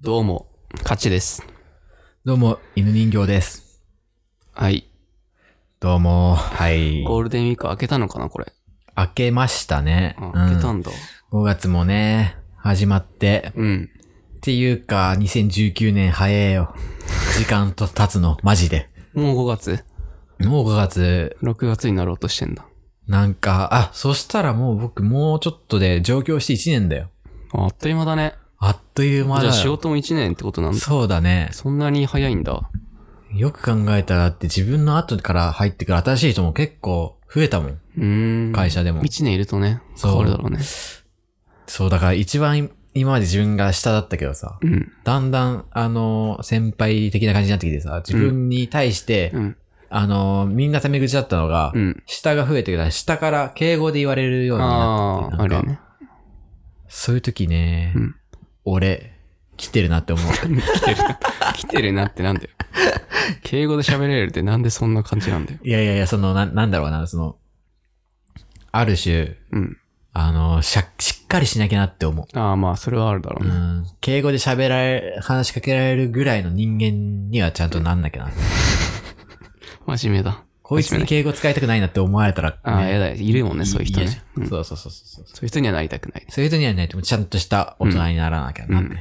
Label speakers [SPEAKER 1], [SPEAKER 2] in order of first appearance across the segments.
[SPEAKER 1] どうも、勝ちです。
[SPEAKER 2] どうも、犬人形です。
[SPEAKER 1] はい。
[SPEAKER 2] どうも、はい。
[SPEAKER 1] ゴールデンウィーク明けたのかな、これ。
[SPEAKER 2] 明けましたね。
[SPEAKER 1] あ明けた
[SPEAKER 2] うん
[SPEAKER 1] んだ。
[SPEAKER 2] 5月もね、始まって。
[SPEAKER 1] うん。
[SPEAKER 2] っていうか、2019年早えよ。時間と経つの、マジで。
[SPEAKER 1] もう5月
[SPEAKER 2] もう5月、
[SPEAKER 1] ?6 月になろうとしてんだ。
[SPEAKER 2] なんか、あ、そしたらもう僕もうちょっとで上京して1年だよ。
[SPEAKER 1] ああっという間だね。
[SPEAKER 2] あっという間
[SPEAKER 1] じ
[SPEAKER 2] だ
[SPEAKER 1] ゃ
[SPEAKER 2] よ。
[SPEAKER 1] あ仕事も1年ってことなんだ。
[SPEAKER 2] そうだね。
[SPEAKER 1] そんなに早いんだ。
[SPEAKER 2] よく考えたらだって自分の後から入ってくる新しい人も結構増えたもん。
[SPEAKER 1] うーん。
[SPEAKER 2] 会社でも。
[SPEAKER 1] 1年いるとね、
[SPEAKER 2] そう
[SPEAKER 1] 変わるだろうね。
[SPEAKER 2] そう、だから一番今まで自分が下だったけどさ。
[SPEAKER 1] うん。
[SPEAKER 2] だんだん、あの、先輩的な感じになってきてさ、自分に対して、
[SPEAKER 1] うん。
[SPEAKER 2] あの、みんなタメ口だったのが、
[SPEAKER 1] うん。
[SPEAKER 2] 下が増えてくる下から敬語で言われるようになって
[SPEAKER 1] あ
[SPEAKER 2] き
[SPEAKER 1] あ
[SPEAKER 2] て、
[SPEAKER 1] ー、あるよ
[SPEAKER 2] なんか、
[SPEAKER 1] ね。
[SPEAKER 2] そういう時ね、
[SPEAKER 1] うん
[SPEAKER 2] 俺、来てるなっ て思う。
[SPEAKER 1] 来てる。来てるなってなんだよ。敬語で喋れるってなんでそんな感じなんだよ。
[SPEAKER 2] いやいやいや、その、ななんだろうな、その、ある種、
[SPEAKER 1] うん。
[SPEAKER 2] あの、しゃ、しっかりしなきゃなって思う。
[SPEAKER 1] ああ、まあ、それはあるだろう
[SPEAKER 2] う
[SPEAKER 1] ね。
[SPEAKER 2] ん、敬語で喋られ、話しかけられるぐらいの人間にはちゃんとなんなきゃな。
[SPEAKER 1] 真面目だ。
[SPEAKER 2] こいつに敬語使いたくないなって思われたら、ね、
[SPEAKER 1] ああ、やだ。いるもんね、そういう人
[SPEAKER 2] 嫌
[SPEAKER 1] ね
[SPEAKER 2] じ。ゃんそうそうそうそうそう。
[SPEAKER 1] そういう人にはなりたくない。
[SPEAKER 2] そういう人にはね、ちゃんとした大人にならなきゃなって、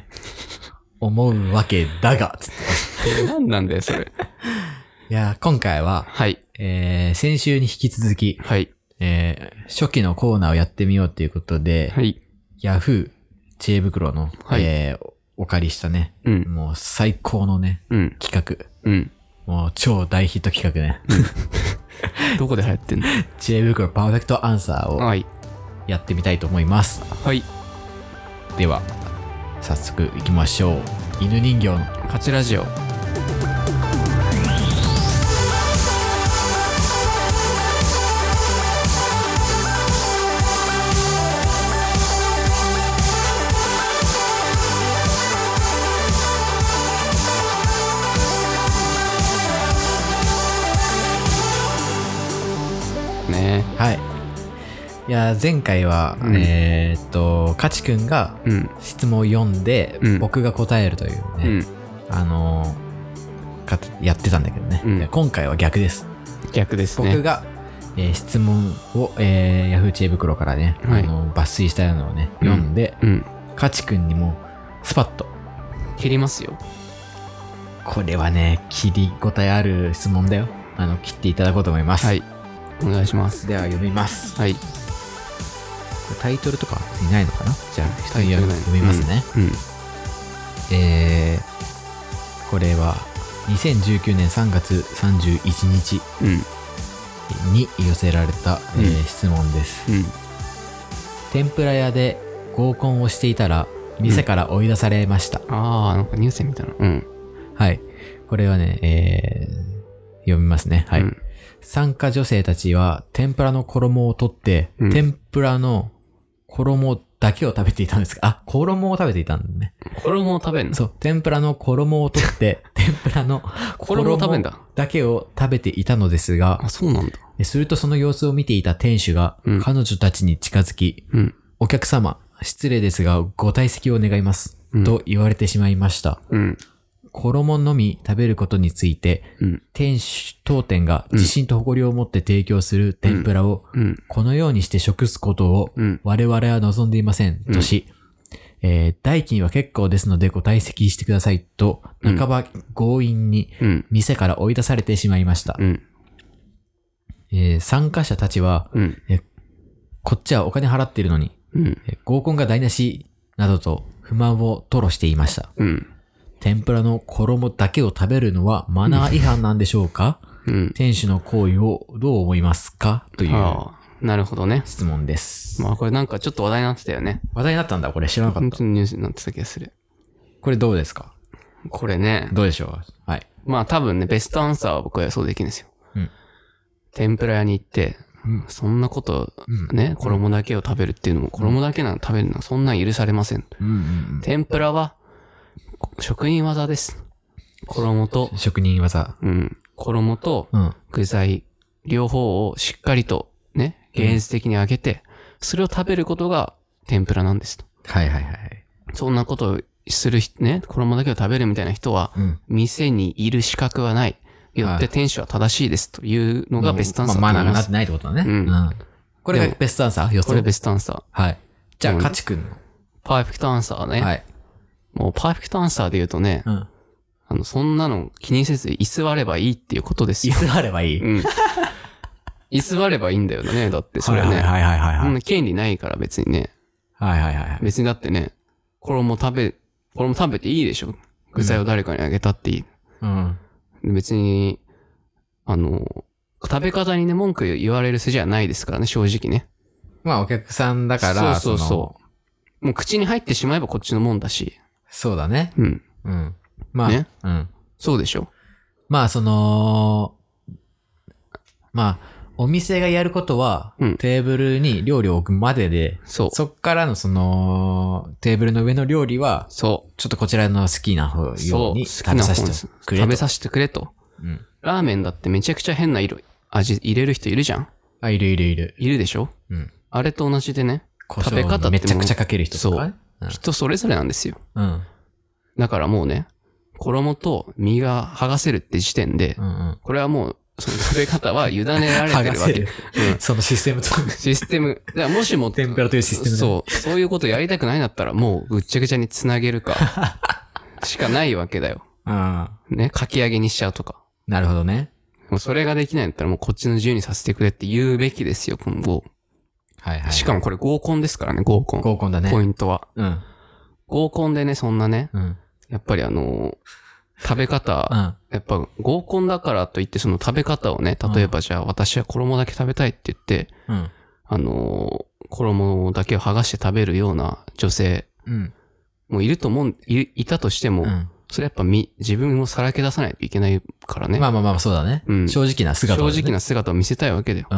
[SPEAKER 2] 思うわけだが、つって
[SPEAKER 1] 何なんだよ、それ。
[SPEAKER 2] いやー、今回は、
[SPEAKER 1] はい。
[SPEAKER 2] えー、先週に引き続き、
[SPEAKER 1] はい。
[SPEAKER 2] えー、初期のコーナーをやってみようということで、
[SPEAKER 1] はい。
[SPEAKER 2] Yahoo! 知恵袋の、
[SPEAKER 1] はい
[SPEAKER 2] えーお借りしたね、
[SPEAKER 1] うん。
[SPEAKER 2] もう最高のね、
[SPEAKER 1] うん。
[SPEAKER 2] 企画。
[SPEAKER 1] うん。
[SPEAKER 2] もう超大ヒット企画ね。
[SPEAKER 1] どこで流行ってんの
[SPEAKER 2] 知恵袋パーフェクトアンサーを
[SPEAKER 1] はい。
[SPEAKER 2] やってみたいと思います。
[SPEAKER 1] はい。
[SPEAKER 2] では、早速行きましょう。犬人形の
[SPEAKER 1] 勝ちラジオ。ね
[SPEAKER 2] はい。いやー、前回は、
[SPEAKER 1] うん
[SPEAKER 2] えーっと、かちくんが
[SPEAKER 1] え。うん。
[SPEAKER 2] 質問を読んで、
[SPEAKER 1] うん
[SPEAKER 2] 僕が答えるという
[SPEAKER 1] う
[SPEAKER 2] ね、
[SPEAKER 1] ん。
[SPEAKER 2] あのーかやってたんだけどね、
[SPEAKER 1] うん
[SPEAKER 2] で今回は逆です。
[SPEAKER 1] 逆ですね。
[SPEAKER 2] 僕が、えー質問を、えー、ヤフー知恵袋からね、
[SPEAKER 1] はい
[SPEAKER 2] あのー抜粋したようなのをね、読んで、
[SPEAKER 1] うん。
[SPEAKER 2] かちくんにも、スパッと、
[SPEAKER 1] 切りますよ。
[SPEAKER 2] これはね、切り応えある質問だよ。あの、切っていただこうと思います。
[SPEAKER 1] はい。お願いします。
[SPEAKER 2] では読みます。
[SPEAKER 1] はい。
[SPEAKER 2] タイトルとかいないのかなじゃあ、一人読み読みますね。
[SPEAKER 1] うん。
[SPEAKER 2] えー、これは2019年3月31日
[SPEAKER 1] うん。
[SPEAKER 2] に寄せられた、えー
[SPEAKER 1] うん
[SPEAKER 2] 質問です、
[SPEAKER 1] うん。
[SPEAKER 2] 天ぷら屋で合コンをしていたら店から追い出されました、
[SPEAKER 1] ああ、なんかニュースみたいな。うん。
[SPEAKER 2] はいこれはね、えー、読みますねはい、
[SPEAKER 1] うん
[SPEAKER 2] 参加女性たちは天ぷらの衣を取って、
[SPEAKER 1] うん
[SPEAKER 2] 天ぷらの衣だけを食べていたんですがあ衣を食べていたんだね
[SPEAKER 1] 衣を食べんの
[SPEAKER 2] そう天ぷらの衣を取って 天ぷらの
[SPEAKER 1] 衣を食べんだ。
[SPEAKER 2] だけを食べていたのですが
[SPEAKER 1] あ、、そうなんだ。
[SPEAKER 2] するとその様子を見ていた店主が
[SPEAKER 1] うん
[SPEAKER 2] 彼女たちに近づき、
[SPEAKER 1] うん。
[SPEAKER 2] お客様、失礼ですがご退席を願います、
[SPEAKER 1] うん
[SPEAKER 2] と言われてしまいました。
[SPEAKER 1] うん。
[SPEAKER 2] 衣のみ食べることについて、
[SPEAKER 1] うん。
[SPEAKER 2] 店主、当店が自信と誇りを持って提供する天ぷらを、
[SPEAKER 1] うん。
[SPEAKER 2] このようにして食すことを
[SPEAKER 1] うん。
[SPEAKER 2] 我々は望んでいません、
[SPEAKER 1] うん
[SPEAKER 2] とし、えー代金は結構ですのでご退席してくださいと、
[SPEAKER 1] うん
[SPEAKER 2] 半ば強引に
[SPEAKER 1] うん。
[SPEAKER 2] 店から追い出されてしまいました。
[SPEAKER 1] うん。
[SPEAKER 2] えー参加者たちは、
[SPEAKER 1] うん。
[SPEAKER 2] こっちはお金払ってるのに、
[SPEAKER 1] うん。
[SPEAKER 2] えー合コンが台無し、などと不満を吐露していました。
[SPEAKER 1] うん。
[SPEAKER 2] 天ぷらの衣だけを食べるのはマナー違反なんでしょうか
[SPEAKER 1] うん。
[SPEAKER 2] 店主の行為をどう思いますかという
[SPEAKER 1] ああ、なるほどね。
[SPEAKER 2] 質問です。
[SPEAKER 1] まあこれなんかちょっと話題になってたよね。
[SPEAKER 2] 話題になったんだ、これ知らなかっ
[SPEAKER 1] 本
[SPEAKER 2] た。
[SPEAKER 1] 当にニュースになってた気がする。
[SPEAKER 2] これどうですか
[SPEAKER 1] これね。
[SPEAKER 2] どうでしょうはい。
[SPEAKER 1] まあ多分ね、ベストアンサーは僕は予想できるんですよ。
[SPEAKER 2] うん
[SPEAKER 1] 天ぷら屋に行って、そんなこと、
[SPEAKER 2] うん。
[SPEAKER 1] ね、衣だけを食べるっていうのも、衣だけなの食べるのはそんなん許されません。
[SPEAKER 2] うんうん
[SPEAKER 1] 天ぷらは、職人技です。衣と
[SPEAKER 2] うん。、職人技。
[SPEAKER 1] うん、衣と
[SPEAKER 2] うん。
[SPEAKER 1] 具材、両方をしっかりとね、
[SPEAKER 2] うん
[SPEAKER 1] 現実的に揚げて、それを食べることが天ぷらなんですと。
[SPEAKER 2] はいはいはい。
[SPEAKER 1] そんなことをする人ね、衣だけを食べるみたいな人は、
[SPEAKER 2] うん。
[SPEAKER 1] 店にいる資格はない。よっ
[SPEAKER 2] は
[SPEAKER 1] て
[SPEAKER 2] い
[SPEAKER 1] 店主は正しいですというのがベストアンサーだ
[SPEAKER 2] まあ、
[SPEAKER 1] と
[SPEAKER 2] マ
[SPEAKER 1] 思いま
[SPEAKER 2] ナーになっ
[SPEAKER 1] す
[SPEAKER 2] て。ないってことだね。
[SPEAKER 1] うん
[SPEAKER 2] うんこれ
[SPEAKER 1] で
[SPEAKER 2] が
[SPEAKER 1] も
[SPEAKER 2] ベストアンサー予想
[SPEAKER 1] これベストアンサー。
[SPEAKER 2] はい。じゃあ、
[SPEAKER 1] でも
[SPEAKER 2] 勝ちくんの。
[SPEAKER 1] パーフェクトアンサーね。
[SPEAKER 2] はい。
[SPEAKER 1] もうパーフェクトアンサーで言うとね、
[SPEAKER 2] うん。
[SPEAKER 1] あの、そんなの気にせず居座ればいいっていうことです
[SPEAKER 2] 居
[SPEAKER 1] よ。
[SPEAKER 2] 座ればいい。
[SPEAKER 1] うん。居座ればいいんだよね。だってそれはね。
[SPEAKER 2] はいはいはい
[SPEAKER 1] そん
[SPEAKER 2] はい。
[SPEAKER 1] な権利ないから別にね。
[SPEAKER 2] はいはいはいはい。
[SPEAKER 1] 別にだってね、衣食べ、衣食べていいでしょ。具材を誰かにあげたっていい。
[SPEAKER 2] うん。
[SPEAKER 1] 別に、あの、食べ方にね、文句言われる筋はないですからね、正直ね。
[SPEAKER 2] まあ、お客さんだから、
[SPEAKER 1] そうそう
[SPEAKER 2] その
[SPEAKER 1] もう口に入ってしまえばこっちのもんだし。
[SPEAKER 2] そうだね。
[SPEAKER 1] うん。
[SPEAKER 2] うん。まあ、
[SPEAKER 1] ね
[SPEAKER 2] うん。
[SPEAKER 1] そうでしょ。
[SPEAKER 2] まあ、その、まあ、お店がやることは、
[SPEAKER 1] うん
[SPEAKER 2] テーブルに料理を置くまでで、
[SPEAKER 1] そう。
[SPEAKER 2] そっからのその、テーブルの上の料理は、
[SPEAKER 1] そ
[SPEAKER 2] ちょっとこちらの好きな方
[SPEAKER 1] う。
[SPEAKER 2] よ
[SPEAKER 1] そうう。
[SPEAKER 2] に
[SPEAKER 1] 好
[SPEAKER 2] 食
[SPEAKER 1] き
[SPEAKER 2] べ
[SPEAKER 1] な
[SPEAKER 2] さ
[SPEAKER 1] 本
[SPEAKER 2] せ
[SPEAKER 1] 食
[SPEAKER 2] てくれ
[SPEAKER 1] べ
[SPEAKER 2] と。
[SPEAKER 1] させてくれと。
[SPEAKER 2] うん。
[SPEAKER 1] ラーメンだってめちゃくちゃ変な色、味入れる人いるじゃん。
[SPEAKER 2] あ、いるいるいる。
[SPEAKER 1] いるでしょ
[SPEAKER 2] うん。
[SPEAKER 1] あれと同じでね、
[SPEAKER 2] 胡椒
[SPEAKER 1] 食べ方ってもう
[SPEAKER 2] めちゃくちゃかける人とかね。
[SPEAKER 1] 人それぞれなんですよ。
[SPEAKER 2] うん。うん。
[SPEAKER 1] だからもうね、衣と身が剥がせるって時点で
[SPEAKER 2] う、んうん。
[SPEAKER 1] これはもう、その食べ方は委ねられて
[SPEAKER 2] 剥が
[SPEAKER 1] るわ
[SPEAKER 2] せ
[SPEAKER 1] け
[SPEAKER 2] る。。そのシステムと、
[SPEAKER 1] システム、だからもしも、
[SPEAKER 2] 天ぷらというシステムね
[SPEAKER 1] そう、そういうことやりたくないんだったら、もうぐっちゃぐちゃにつなげるか、 しかないわけだよ。
[SPEAKER 2] ああ。
[SPEAKER 1] ね、かき揚げにしちゃうとか。
[SPEAKER 2] なるほどね。
[SPEAKER 1] もうそれができないんだったら、もうこっちの自由にさせてくれって言うべきですよ、今後。
[SPEAKER 2] はいはい。
[SPEAKER 1] しかもこれ合コンですからね、合コン。
[SPEAKER 2] 合コンだね。
[SPEAKER 1] ポイントは。
[SPEAKER 2] うん。
[SPEAKER 1] 合コンでね、そんなね、
[SPEAKER 2] うん。うん。
[SPEAKER 1] やっぱりあのー食べ方、
[SPEAKER 2] あ
[SPEAKER 1] やっぱ合コンだからといってその食べ方をね、例えばじゃあ私は衣だけ食べたいって言って、
[SPEAKER 2] うん。
[SPEAKER 1] あのー衣だけを剥がして食べるような女性
[SPEAKER 2] うん。
[SPEAKER 1] もいると思うん、いいたとしても、
[SPEAKER 2] うん。
[SPEAKER 1] それやっぱみ、自分をさらけ出さないといけないからね。
[SPEAKER 2] まあまあまあ、そうだね。
[SPEAKER 1] うん
[SPEAKER 2] 正直な姿
[SPEAKER 1] 正
[SPEAKER 2] をね
[SPEAKER 1] 直な姿を見せたいわけだよ。
[SPEAKER 2] う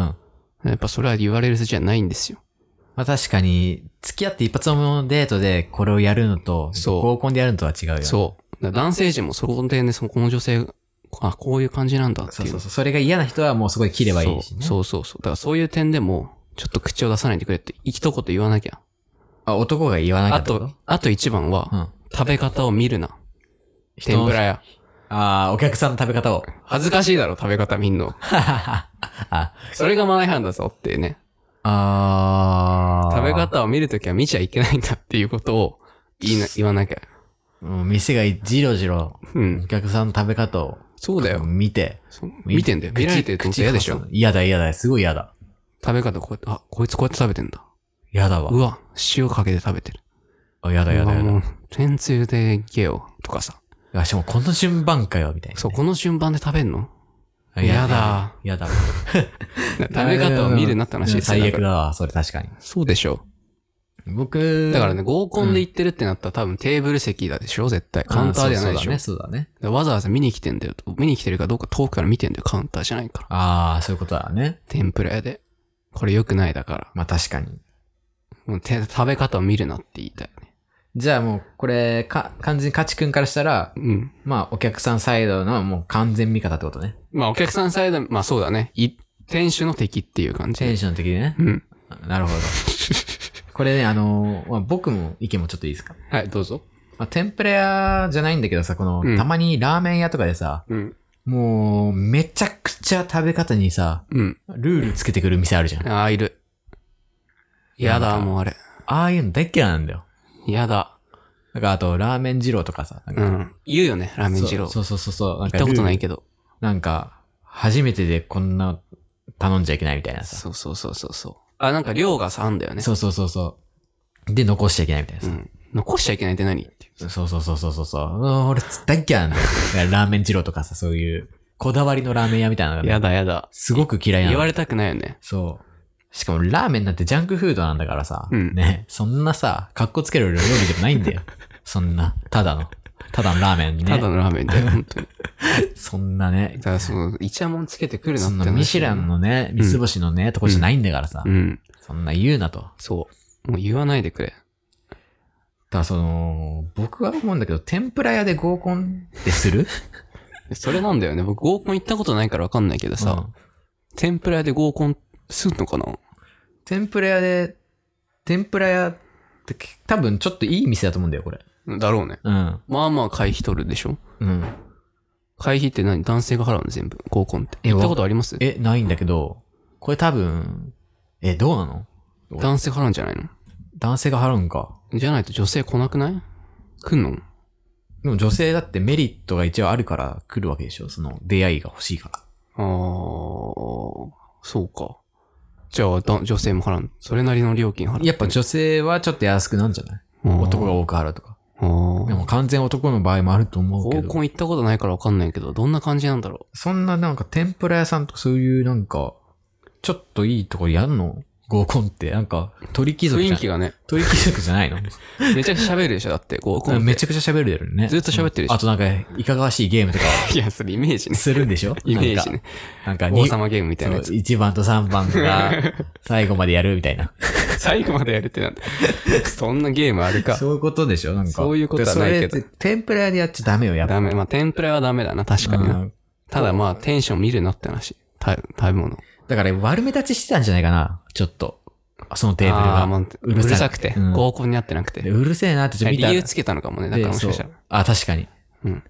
[SPEAKER 2] ん。
[SPEAKER 1] やっぱそれは言われる筋じゃないんですよ。
[SPEAKER 2] まあ確かに、付き合って一発目のデートでこれをやるのと、
[SPEAKER 1] そう
[SPEAKER 2] 合コンでやるのとは違うよ。
[SPEAKER 1] そう。だから男性陣もそこでね、そのこの女性、あ、こういう感じなんだって
[SPEAKER 2] そ
[SPEAKER 1] いうう。
[SPEAKER 2] そうそう。それが嫌な人はもうすごい切ればいいしね。
[SPEAKER 1] そうそうそうそう。だからそういう点でも、ちょっと口を出さないでくれって、一言言わなきゃ。
[SPEAKER 2] あ、男が言わなきゃ
[SPEAKER 1] あ
[SPEAKER 2] ってこと
[SPEAKER 1] と、あと一番は、
[SPEAKER 2] うん。
[SPEAKER 1] 食べ方を見るな。
[SPEAKER 2] 人の
[SPEAKER 1] 天ぷらや。
[SPEAKER 2] ああ、お客さんの食べ方 を。
[SPEAKER 1] 恥ずかしいだろ、食べ方見ん の。
[SPEAKER 2] あ、
[SPEAKER 1] それがマナー違反だぞっていうね。
[SPEAKER 2] あー
[SPEAKER 1] 食べ。方を見るときは見ちゃいけないんだっていうことを言いな言わなきゃ。
[SPEAKER 2] もう店がじろじろ、
[SPEAKER 1] う
[SPEAKER 2] お
[SPEAKER 1] ん。
[SPEAKER 2] 客さんの食べ方を
[SPEAKER 1] そうだよ。
[SPEAKER 2] 見て。
[SPEAKER 1] そう見てんだよ。見られてると
[SPEAKER 2] 口
[SPEAKER 1] 嫌でしょ
[SPEAKER 2] 口。挟む嫌だ嫌だ、すごい嫌だ。
[SPEAKER 1] 食べ方こうやって、あ、こいつこうやって食べてんだ。
[SPEAKER 2] 嫌だ
[SPEAKER 1] う
[SPEAKER 2] わ。
[SPEAKER 1] わ、塩かけて食べてる。
[SPEAKER 2] あ嫌だ嫌だ
[SPEAKER 1] うわ
[SPEAKER 2] 嫌だ。
[SPEAKER 1] もう天つゆでいけよ。とかさ。
[SPEAKER 2] あ、しかもこの順番かよ、みたいな。
[SPEAKER 1] そう、この順番で食べん の
[SPEAKER 2] あ
[SPEAKER 1] 嫌だ。
[SPEAKER 2] 嫌だ。
[SPEAKER 1] 食べ方を見るなって話ですよ
[SPEAKER 2] 最
[SPEAKER 1] だか
[SPEAKER 2] 悪
[SPEAKER 1] ら
[SPEAKER 2] だわ、それ確かに。
[SPEAKER 1] そうでしょ。
[SPEAKER 2] 僕、
[SPEAKER 1] だからね、合コンで行ってるってなったら多分テーブル席だでしょ絶対。カウンターではないでしょ
[SPEAKER 2] あー。そうそうだね、そうだね。
[SPEAKER 1] だからわざわざ見に来てんだよと。見に来てるかどうか遠くから見てんだよ。カウンターじゃないから。
[SPEAKER 2] ああ、そういうことだね。
[SPEAKER 1] 天ぷら屋で。これ良くないだから。
[SPEAKER 2] まあ確かに。
[SPEAKER 1] もうて食べ方を見るなって言いたいね。
[SPEAKER 2] じゃあもう、これ、か、完全に勝ちくんからしたら、
[SPEAKER 1] うん。
[SPEAKER 2] まあお客さんサイドのもう完全味方ってことね。
[SPEAKER 1] まあお客さんサイド、まあそうだね。い店主の敵っていう感じ。
[SPEAKER 2] テンション的にね
[SPEAKER 1] う。ん。
[SPEAKER 2] なるほど。これね、あのーまあ、僕も意見もちょっといいですか。
[SPEAKER 1] はい、どうぞ。
[SPEAKER 2] まあ、天ぷら屋じゃないんだけどさ、この、
[SPEAKER 1] うん
[SPEAKER 2] たまにラーメン屋とかでさ、
[SPEAKER 1] うん。
[SPEAKER 2] もう、めちゃくちゃ食べ方にさ、
[SPEAKER 1] うん。
[SPEAKER 2] ルールつけてくる店あるじゃん。あ
[SPEAKER 1] ああ、いる。やだ、もうあれ。
[SPEAKER 2] あいうの大っ嫌いなんだよ。
[SPEAKER 1] やだ。
[SPEAKER 2] なんかあと、ラーメン二郎とかさ、なん
[SPEAKER 1] う
[SPEAKER 2] か
[SPEAKER 1] ん。言うよね、ラーメン二郎。
[SPEAKER 2] そうそうそうそう。な
[SPEAKER 1] 行
[SPEAKER 2] んか
[SPEAKER 1] ったことない
[SPEAKER 2] ど。
[SPEAKER 1] けど。
[SPEAKER 2] なんか、初めてでこんな頼んじゃいけないみたいなさ。
[SPEAKER 1] そうそうそうそうそう。あ、なんか量がさ、あんだよね。
[SPEAKER 2] そうそうそうそう。で、残しちゃいけないみたいな
[SPEAKER 1] う
[SPEAKER 2] さ。
[SPEAKER 1] ん。残しちゃいけないって何っていう。
[SPEAKER 2] そうそうそうそうそうそう。うん俺、大っ嫌いなんだよ。だからラーメン二郎とかさ、そういう、こだわりのラーメン屋みたいなのが、
[SPEAKER 1] やだやだ。
[SPEAKER 2] すごく嫌いな
[SPEAKER 1] 言わ
[SPEAKER 2] の。
[SPEAKER 1] れたくないよね。
[SPEAKER 2] そう。しかもラーメンなんてジャンクフードなんだからさ、
[SPEAKER 1] うん
[SPEAKER 2] ね、そんなさ、かっこつける料理でもない んだよ。そんな、ただの、ただのラーメンに
[SPEAKER 1] ただ
[SPEAKER 2] ね。
[SPEAKER 1] のラーメン だよ、本当に。
[SPEAKER 2] そんなね
[SPEAKER 1] だ、からその、イチャモンつけてくるなっ
[SPEAKER 2] そ
[SPEAKER 1] て
[SPEAKER 2] ん
[SPEAKER 1] 話
[SPEAKER 2] なミシュランのね、三つ星のね、とこじゃないんだからさ、
[SPEAKER 1] うん。
[SPEAKER 2] そんな言うなと。
[SPEAKER 1] そう。もう言わないでくれ。
[SPEAKER 2] だからその、僕は思うんだけど、天ぷら屋で合コンってす る
[SPEAKER 1] それなんだよね。僕合コン行ったことないからわかんないけどさ、
[SPEAKER 2] うん
[SPEAKER 1] 天ぷら屋で合コンすんのかな
[SPEAKER 2] 天ぷら屋で、天ぷら屋ってけ多分ちょっといい店だと思うんだよ、これ。
[SPEAKER 1] だろうね。
[SPEAKER 2] うん。
[SPEAKER 1] まあまあ会費取るでしょ
[SPEAKER 2] うん。
[SPEAKER 1] 会費って何男性が払うの全部。合コンって。
[SPEAKER 2] え
[SPEAKER 1] 行ったことあります
[SPEAKER 2] え、ないんだけど、これ多分、え、どうなの
[SPEAKER 1] 男性が払うんじゃないの
[SPEAKER 2] 男性が払うんか。
[SPEAKER 1] じゃないと女性来なくない来んの
[SPEAKER 2] でも女性だってメリットが一応あるから来るわけでしょその出会いが欲しいから。
[SPEAKER 1] あー、そうか。じゃあ、だ女性も払うのそれなりの料金払う。
[SPEAKER 2] やっぱ女性はちょっと安くなんじゃない男が
[SPEAKER 1] が。
[SPEAKER 2] 多く払うとか。
[SPEAKER 1] あー
[SPEAKER 2] でも完全男の場合もあると思うけ
[SPEAKER 1] 合コ
[SPEAKER 2] ど。
[SPEAKER 1] ン行ったことないから分かんないけど、どんな感じなんだろ
[SPEAKER 2] そんななんか天ぷら屋さんとかそういうなんか、ちょっといいとこやるの合コンって。なんか鳥貴
[SPEAKER 1] う。
[SPEAKER 2] 族じ
[SPEAKER 1] 雰
[SPEAKER 2] ゃ
[SPEAKER 1] 囲気がね、
[SPEAKER 2] 鳥貴族じ ゃないの
[SPEAKER 1] めちゃくちゃ喋るでし ょ、だって合コンって。
[SPEAKER 2] めちゃくちゃ喋るよね。
[SPEAKER 1] ずっと喋ってるでしょ
[SPEAKER 2] あとなんか、いかがわしいゲームとか
[SPEAKER 1] いや、それイメージね。
[SPEAKER 2] するんでしょ
[SPEAKER 1] イメージね。
[SPEAKER 2] なんか、なんか
[SPEAKER 1] 王
[SPEAKER 2] に
[SPEAKER 1] 様ゲームみたいなや
[SPEAKER 2] そ
[SPEAKER 1] つ
[SPEAKER 2] う。1番と3番が 最後までやるみたいな。
[SPEAKER 1] 最後までやるってなんだ。そんなゲームあるか。
[SPEAKER 2] そういうことでしょなんか。
[SPEAKER 1] そういうことはないけど
[SPEAKER 2] それって天ぷら屋でやっちゃダメよ、やっぱ。
[SPEAKER 1] ダメ。まあ、天ぷらはダメだな、確かに
[SPEAKER 2] う
[SPEAKER 1] な。
[SPEAKER 2] ん
[SPEAKER 1] ただまあ、テンション見るなって話。た食べ物。
[SPEAKER 2] だから悪目立ちしてたんじゃないかな。ちょっと。そのテーブル
[SPEAKER 1] あーま
[SPEAKER 2] が。
[SPEAKER 1] あうるさくて。
[SPEAKER 2] うん
[SPEAKER 1] 合コンに合ってなく
[SPEAKER 2] で
[SPEAKER 1] て。
[SPEAKER 2] うるせえなってちょっと見た
[SPEAKER 1] 理由つけたのかもね、だからもしかしたら
[SPEAKER 2] で。そうあ、確かに。
[SPEAKER 1] うん。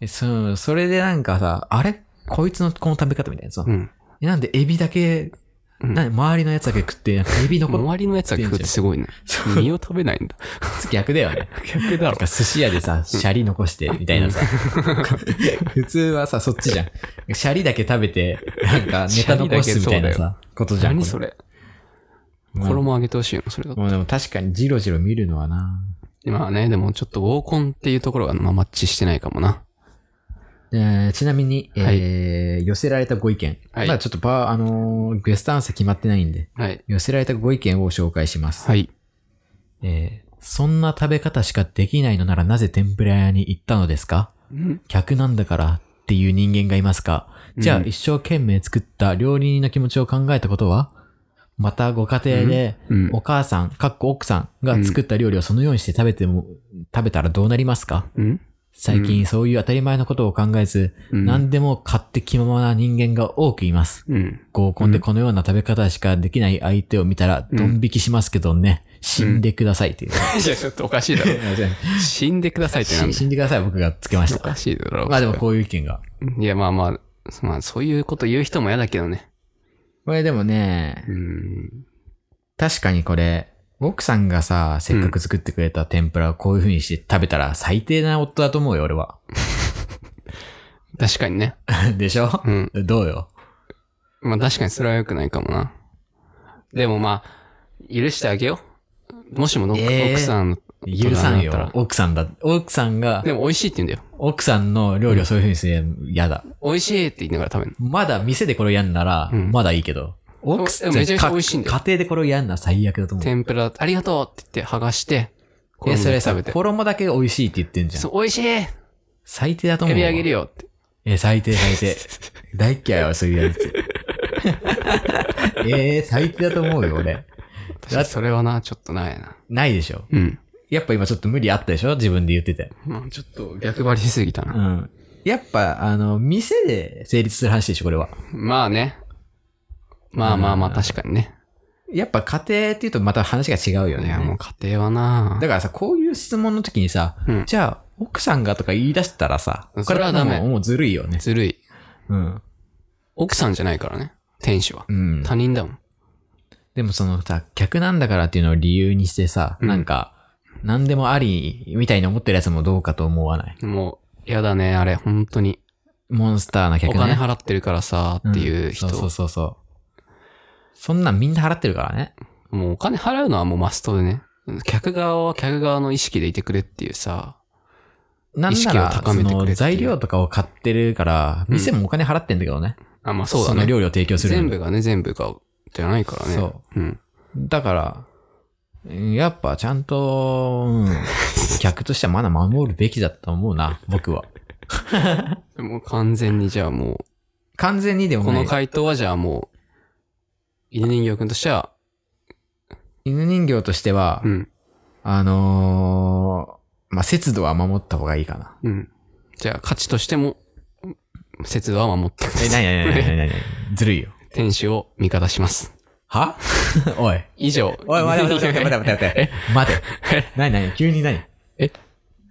[SPEAKER 2] えそう、それでなんかさ、あれこいつのこの食べ方みたいなさ。
[SPEAKER 1] うん。
[SPEAKER 2] えなんでエビだけ、
[SPEAKER 1] うん
[SPEAKER 2] な周りのやつだけ食って、なんかエビ残っ
[SPEAKER 1] 周りのやつが食うってすごいね。身を食べないんだ。
[SPEAKER 2] つ逆だよね。
[SPEAKER 1] 逆だ
[SPEAKER 2] なん
[SPEAKER 1] ろ。
[SPEAKER 2] か寿司屋でさ、シャリ残して、みたいなさ。 普通はさ、そっちじゃん。シャリだけ食べて、なん かネタ残すみたいな
[SPEAKER 1] シャリだけそうだ
[SPEAKER 2] さ、ことじゃん。
[SPEAKER 1] 何
[SPEAKER 2] こ
[SPEAKER 1] それ。
[SPEAKER 2] まあ
[SPEAKER 1] 衣上げてほしいの、それだと
[SPEAKER 2] もうでも確かにジロジロ見るのはな。
[SPEAKER 1] まあね、でもちょっと合コンっていうところがまあマッチしてないかもな。
[SPEAKER 2] えーちなみに、えー
[SPEAKER 1] は
[SPEAKER 2] 寄せられたご意見。
[SPEAKER 1] はい
[SPEAKER 2] まだちょっとパー、あのーゲストアンサー決まってないんで、
[SPEAKER 1] はい。
[SPEAKER 2] 寄せられたご意見を紹介します。
[SPEAKER 1] はい。
[SPEAKER 2] えーそんな食べ方しかできないのならなぜ天ぷら屋に行ったのですか客なんだからっていう人間がいますかじゃあ
[SPEAKER 1] うん
[SPEAKER 2] 一生懸命作った料理人の気持ちを考えたことはまたご家庭で
[SPEAKER 1] うん
[SPEAKER 2] お母さん、かっこ奥さんが作った料理をそのようにして食べても、食べたらどうなりますか
[SPEAKER 1] うん
[SPEAKER 2] 最近そういう当たり前のことを考えず、
[SPEAKER 1] うん
[SPEAKER 2] 何でも買って気ままな人間が多くいます。
[SPEAKER 1] うん。
[SPEAKER 2] 合コンでこのような食べ方しかできない相手を見たらドン引きしますけどね、死んでくださいっていう。
[SPEAKER 1] いや、ちょっとおかしいだ ろ。死んでくださいってなん
[SPEAKER 2] し
[SPEAKER 1] だ。
[SPEAKER 2] 死んでください僕がつけまし
[SPEAKER 1] おか
[SPEAKER 2] た。
[SPEAKER 1] しいだろ。
[SPEAKER 2] まあでもこういう意見が。
[SPEAKER 1] いや、まあまあ、まあそういうこと言う人も嫌だけどね。
[SPEAKER 2] これでもね
[SPEAKER 1] う、ん。
[SPEAKER 2] 確かにこれ、奥さんがさ、せっかく作ってくれた天ぷらをこういう風にして食べたら最低な夫だと思うよ、俺は。
[SPEAKER 1] 確かにね。
[SPEAKER 2] でしょ
[SPEAKER 1] うん。
[SPEAKER 2] どうよ。
[SPEAKER 1] まあ確かにそれは良くないかもな。でもまあ、許してあげよう。もしもどっか
[SPEAKER 2] えー
[SPEAKER 1] 奥さんの、
[SPEAKER 2] 許さ
[SPEAKER 1] 大人に
[SPEAKER 2] ん
[SPEAKER 1] なっ
[SPEAKER 2] よ
[SPEAKER 1] た。ら
[SPEAKER 2] 奥さんだ。奥さんが、
[SPEAKER 1] でも美味しいって言うんだよ。
[SPEAKER 2] 奥さんの料理をそういう風にするの嫌だ。
[SPEAKER 1] 美味しいって言いながら食べる
[SPEAKER 2] まだ店でこれをやんなら、
[SPEAKER 1] うん
[SPEAKER 2] まだいいけど。奥
[SPEAKER 1] で
[SPEAKER 2] さん
[SPEAKER 1] もめちゃめちゃ
[SPEAKER 2] か
[SPEAKER 1] 美味しいんだよ
[SPEAKER 2] 家庭でこれをやんなら最悪だと
[SPEAKER 1] の。
[SPEAKER 2] 思う。
[SPEAKER 1] 天ぷら、ありがとうって言って剥がして、
[SPEAKER 2] え、それ
[SPEAKER 1] 衣
[SPEAKER 2] さ、
[SPEAKER 1] で食べて。
[SPEAKER 2] 衣だけ美味しいって言ってんじゃん
[SPEAKER 1] そ。う、美味しいエ
[SPEAKER 2] 最低だと思う
[SPEAKER 1] ビ
[SPEAKER 2] わ。
[SPEAKER 1] あげるよって。
[SPEAKER 2] え、最低最 低。大っ嫌いはそういうや つ。えー、最低だと思うよ、俺。
[SPEAKER 1] 確かにそれはな、ちょっとないな。
[SPEAKER 2] ないでしょ。
[SPEAKER 1] うん。
[SPEAKER 2] やっぱ今ちょっと無理あったでしょ自分で言ってて。
[SPEAKER 1] まあちょっと逆張りしすぎた
[SPEAKER 2] う
[SPEAKER 1] な。
[SPEAKER 2] ん。やっぱ、あの、店で成立する話でしょ、これは。
[SPEAKER 1] まあね。まあまあまあ確かにね。
[SPEAKER 2] やっぱ家庭っていうとまた話が違うよ
[SPEAKER 1] い
[SPEAKER 2] ね。
[SPEAKER 1] や、もう家庭はな
[SPEAKER 2] だからさ、こういう質問の時にさ、
[SPEAKER 1] うん
[SPEAKER 2] じゃあ、奥さんがとか言い出したらさ、
[SPEAKER 1] それはダメ
[SPEAKER 2] こもうもうずるいよね。
[SPEAKER 1] ずるい。
[SPEAKER 2] うん。
[SPEAKER 1] 奥さんじゃないからね。天使は
[SPEAKER 2] う。ん。
[SPEAKER 1] 他人だもん。
[SPEAKER 2] でもそのさ、客なんだからっていうのを理由にしてさ、
[SPEAKER 1] うん
[SPEAKER 2] なんか、何でもありみたいに思ってるやつもどうかと思わない。
[SPEAKER 1] もう、やだね、あれ、本当に。
[SPEAKER 2] モンスターな客
[SPEAKER 1] お
[SPEAKER 2] ね。
[SPEAKER 1] 金払ってるからさ、っていう人。
[SPEAKER 2] んそうそうそうそう。そんなんみんな払ってるからね。
[SPEAKER 1] もうお金払うのはもうマストでね。客側は客側の意識でいてくれっていうさ。
[SPEAKER 2] なんな
[SPEAKER 1] 意識を
[SPEAKER 2] ら、
[SPEAKER 1] 高
[SPEAKER 2] そ
[SPEAKER 1] めてくれってい
[SPEAKER 2] の
[SPEAKER 1] う
[SPEAKER 2] 材料とかを買ってるから、
[SPEAKER 1] うん
[SPEAKER 2] 店もお金払ってんだけどね。
[SPEAKER 1] あ、まあそうだ
[SPEAKER 2] の
[SPEAKER 1] ね。
[SPEAKER 2] 料理を提供するの
[SPEAKER 1] 全
[SPEAKER 2] に
[SPEAKER 1] 部がね、全部が、じゃないからね。。
[SPEAKER 2] そう
[SPEAKER 1] うん。
[SPEAKER 2] だから、やっぱちゃんと、うん 客としてはまだ守るべきだと思うな、僕は。
[SPEAKER 1] もう完全にじゃあも
[SPEAKER 2] 完全にで
[SPEAKER 1] う、
[SPEAKER 2] も
[SPEAKER 1] こ
[SPEAKER 2] な
[SPEAKER 1] の
[SPEAKER 2] い、
[SPEAKER 1] 回答はじゃあもう、犬人形くんとしては、
[SPEAKER 2] 犬人形としては、
[SPEAKER 1] うん。
[SPEAKER 2] あのーまあ、節度は守った方がいいかな。
[SPEAKER 1] うん。じゃあ価値としても、節度は守ってくだ
[SPEAKER 2] え、
[SPEAKER 1] さ。
[SPEAKER 2] ないになになになになになにずるいよ。
[SPEAKER 1] 天使を味方します。
[SPEAKER 2] はおい。
[SPEAKER 1] 以上。
[SPEAKER 2] おい、待て待て待て待て待て待て待て。待て。なになに急になに
[SPEAKER 1] え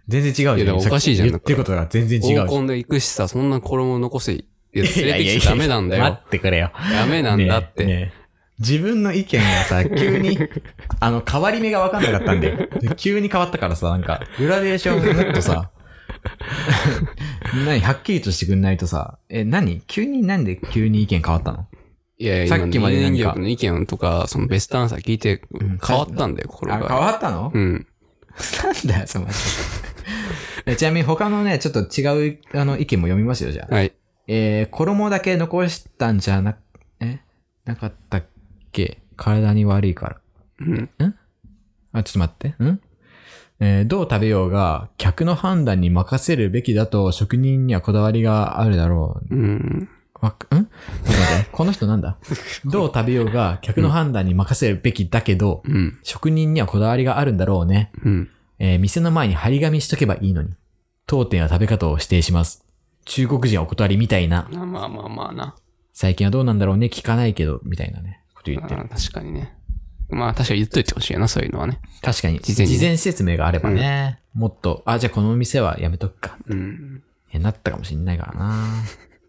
[SPEAKER 2] 全然違うじゃん。
[SPEAKER 1] いやだからおかしいじゃん
[SPEAKER 2] 言ってることが全然違うじゃ
[SPEAKER 1] 合
[SPEAKER 2] ん。
[SPEAKER 1] コンで行くしさ、そんな衣残せ、いや連れてきちゃダメなんだ
[SPEAKER 2] いやいやいや
[SPEAKER 1] よ
[SPEAKER 2] 待。ってくれよ。
[SPEAKER 1] ダメなんだって。
[SPEAKER 2] ねえねえ自分の意見が さ、急に、あの、変わり目が分かんなかったんだよ。急に変わったからさ、なんか、グラデーションがずっとさ、 何、はっきりとしてくんないとさ、え、何急になんで急に意見変わったの
[SPEAKER 1] いやいや、
[SPEAKER 2] さっきまでなん
[SPEAKER 1] 今の
[SPEAKER 2] か
[SPEAKER 1] 人間力の意見とか、そのベストアンサー聞いて
[SPEAKER 2] ん
[SPEAKER 1] 変わったんだよ、心
[SPEAKER 2] あ、変
[SPEAKER 1] が。
[SPEAKER 2] わった の、
[SPEAKER 1] うん。
[SPEAKER 2] なんだよ、その話えちなみに他のね、ちょっと違う、あの、意見も読みますよ、じゃあ。
[SPEAKER 1] はい。
[SPEAKER 2] えー、衣だけ残したんじゃな、えなかったっけ体に悪いから。
[SPEAKER 1] うん。
[SPEAKER 2] あ、ちょっと待って。んえーどう食べようが、客の判断に任せるべきだと職人にはこだわりがあるだろう。
[SPEAKER 1] うん。
[SPEAKER 2] わくんちょっと待って。この人な んだどう食べようが、客の判断に任せるべきだけど、
[SPEAKER 1] うん。
[SPEAKER 2] 職人にはこだわりがあるんだろうね。
[SPEAKER 1] うん。
[SPEAKER 2] えー店の前に張り紙しとけばいいのに。当店は食べ方を指定します。中国人はお断りみたいな。
[SPEAKER 1] まあまあまあまあな。
[SPEAKER 2] 最近はどうなんだろうね、聞かないけど、みたいなね、こと言
[SPEAKER 1] あ
[SPEAKER 2] ってる。
[SPEAKER 1] ー確かにね。まあ確かに言っといてほしいよな、そういうのはね。
[SPEAKER 2] 確かに、
[SPEAKER 1] 事前にね
[SPEAKER 2] 事前説明があればね、もっと、あ、じゃあこの店はやめとくか、
[SPEAKER 1] うん。
[SPEAKER 2] えなったかもしんないからな。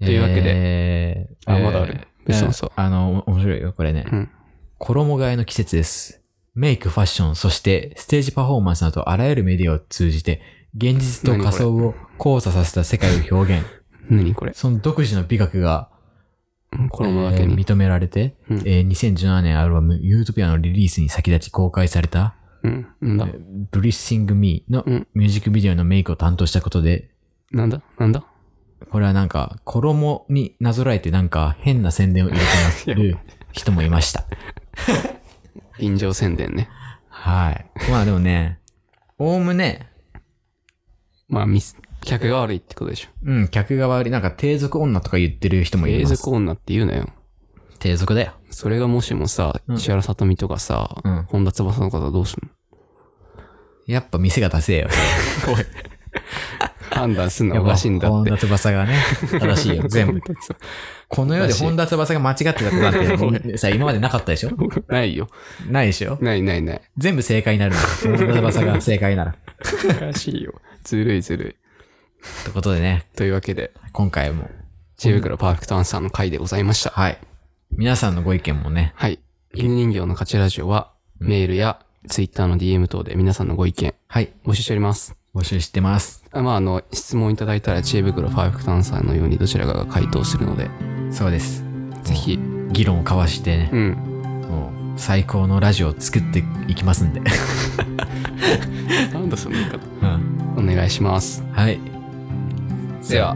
[SPEAKER 1] というわけで
[SPEAKER 2] で
[SPEAKER 1] あまだある別のそう
[SPEAKER 2] あの、面白いよ、これね。
[SPEAKER 1] うん。
[SPEAKER 2] 衣替えの季節です。メイク、ファッション、そしてステージパフォーマンスなどあらゆるメディアを通じて、現実と仮想を交差させた世界を表現。
[SPEAKER 1] 何これ。
[SPEAKER 2] その独自の美学が
[SPEAKER 1] うん衣だけ
[SPEAKER 2] えー
[SPEAKER 1] に。
[SPEAKER 2] 認められて、
[SPEAKER 1] うん
[SPEAKER 2] えー2017年アルバム「ユートピア」のリリースに先立ち公開された
[SPEAKER 1] うん。なんだ
[SPEAKER 2] 「ブリッシング・ミー」の
[SPEAKER 1] うん
[SPEAKER 2] ミュージックビデオのメイクを担当したことで、
[SPEAKER 1] なんだなんだ
[SPEAKER 2] これはなんか衣になぞらえてなんか変な宣伝を入 れてる人もいました。
[SPEAKER 1] 臨場宣伝ね。
[SPEAKER 2] はい。まあでもね、おおむね、
[SPEAKER 1] まあミス、客が悪いってことでしょ。
[SPEAKER 2] うん、客が悪い、なんか低俗女とか言ってる人もい
[SPEAKER 1] 永
[SPEAKER 2] ます。
[SPEAKER 1] 続女って言うなよ。
[SPEAKER 2] 低俗だよ。
[SPEAKER 1] それがもしもさ、
[SPEAKER 2] うん
[SPEAKER 1] 石原さとみとかさ、
[SPEAKER 2] うん
[SPEAKER 1] 本田翼の方はどうする の
[SPEAKER 2] やっぱ店が出せよ。
[SPEAKER 1] 判断するのはおかしいんだっ
[SPEAKER 2] 本
[SPEAKER 1] て。
[SPEAKER 2] 田翼がね、正しいよ、全部。この世で本田翼が間違ってたこと なんて、さ、今までなかったでしょ
[SPEAKER 1] ないよ。
[SPEAKER 2] ないでしょ
[SPEAKER 1] ないないない。
[SPEAKER 2] 全部正解になるの。本田翼が正解なら。っ
[SPEAKER 1] おかしいよ。ずるいずるい。
[SPEAKER 2] てことでね、
[SPEAKER 1] というわけで、
[SPEAKER 2] 今回も、
[SPEAKER 1] 知恵袋パーフェクトアンサーの回でございました。
[SPEAKER 2] はい。皆さんのご意見もね、
[SPEAKER 1] はい。犬人形の勝ちラジオは、メールやツイッターの DM 等で皆さんのご意見
[SPEAKER 2] はい、
[SPEAKER 1] 募集しております。
[SPEAKER 2] 募集してます。
[SPEAKER 1] あまあ、あの、質問いただいたら知恵袋パーフェクトアンサーのようにどちらかが回答するので、
[SPEAKER 2] そうです。
[SPEAKER 1] ぜひ、
[SPEAKER 2] 議論を交わしてね
[SPEAKER 1] う、ん。
[SPEAKER 2] もう最高のラジオを作っていきますんで。
[SPEAKER 1] なんだその言い方。
[SPEAKER 2] うん
[SPEAKER 1] お願いします。
[SPEAKER 2] はい。
[SPEAKER 1] では、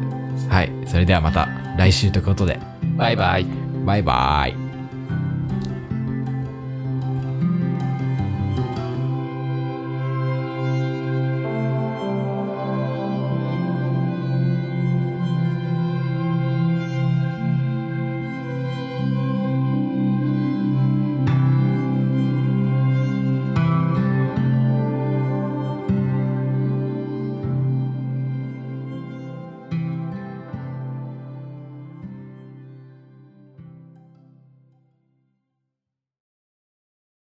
[SPEAKER 2] はい。それではまた来週ということで、
[SPEAKER 1] バイバイ。
[SPEAKER 2] バイバーイ。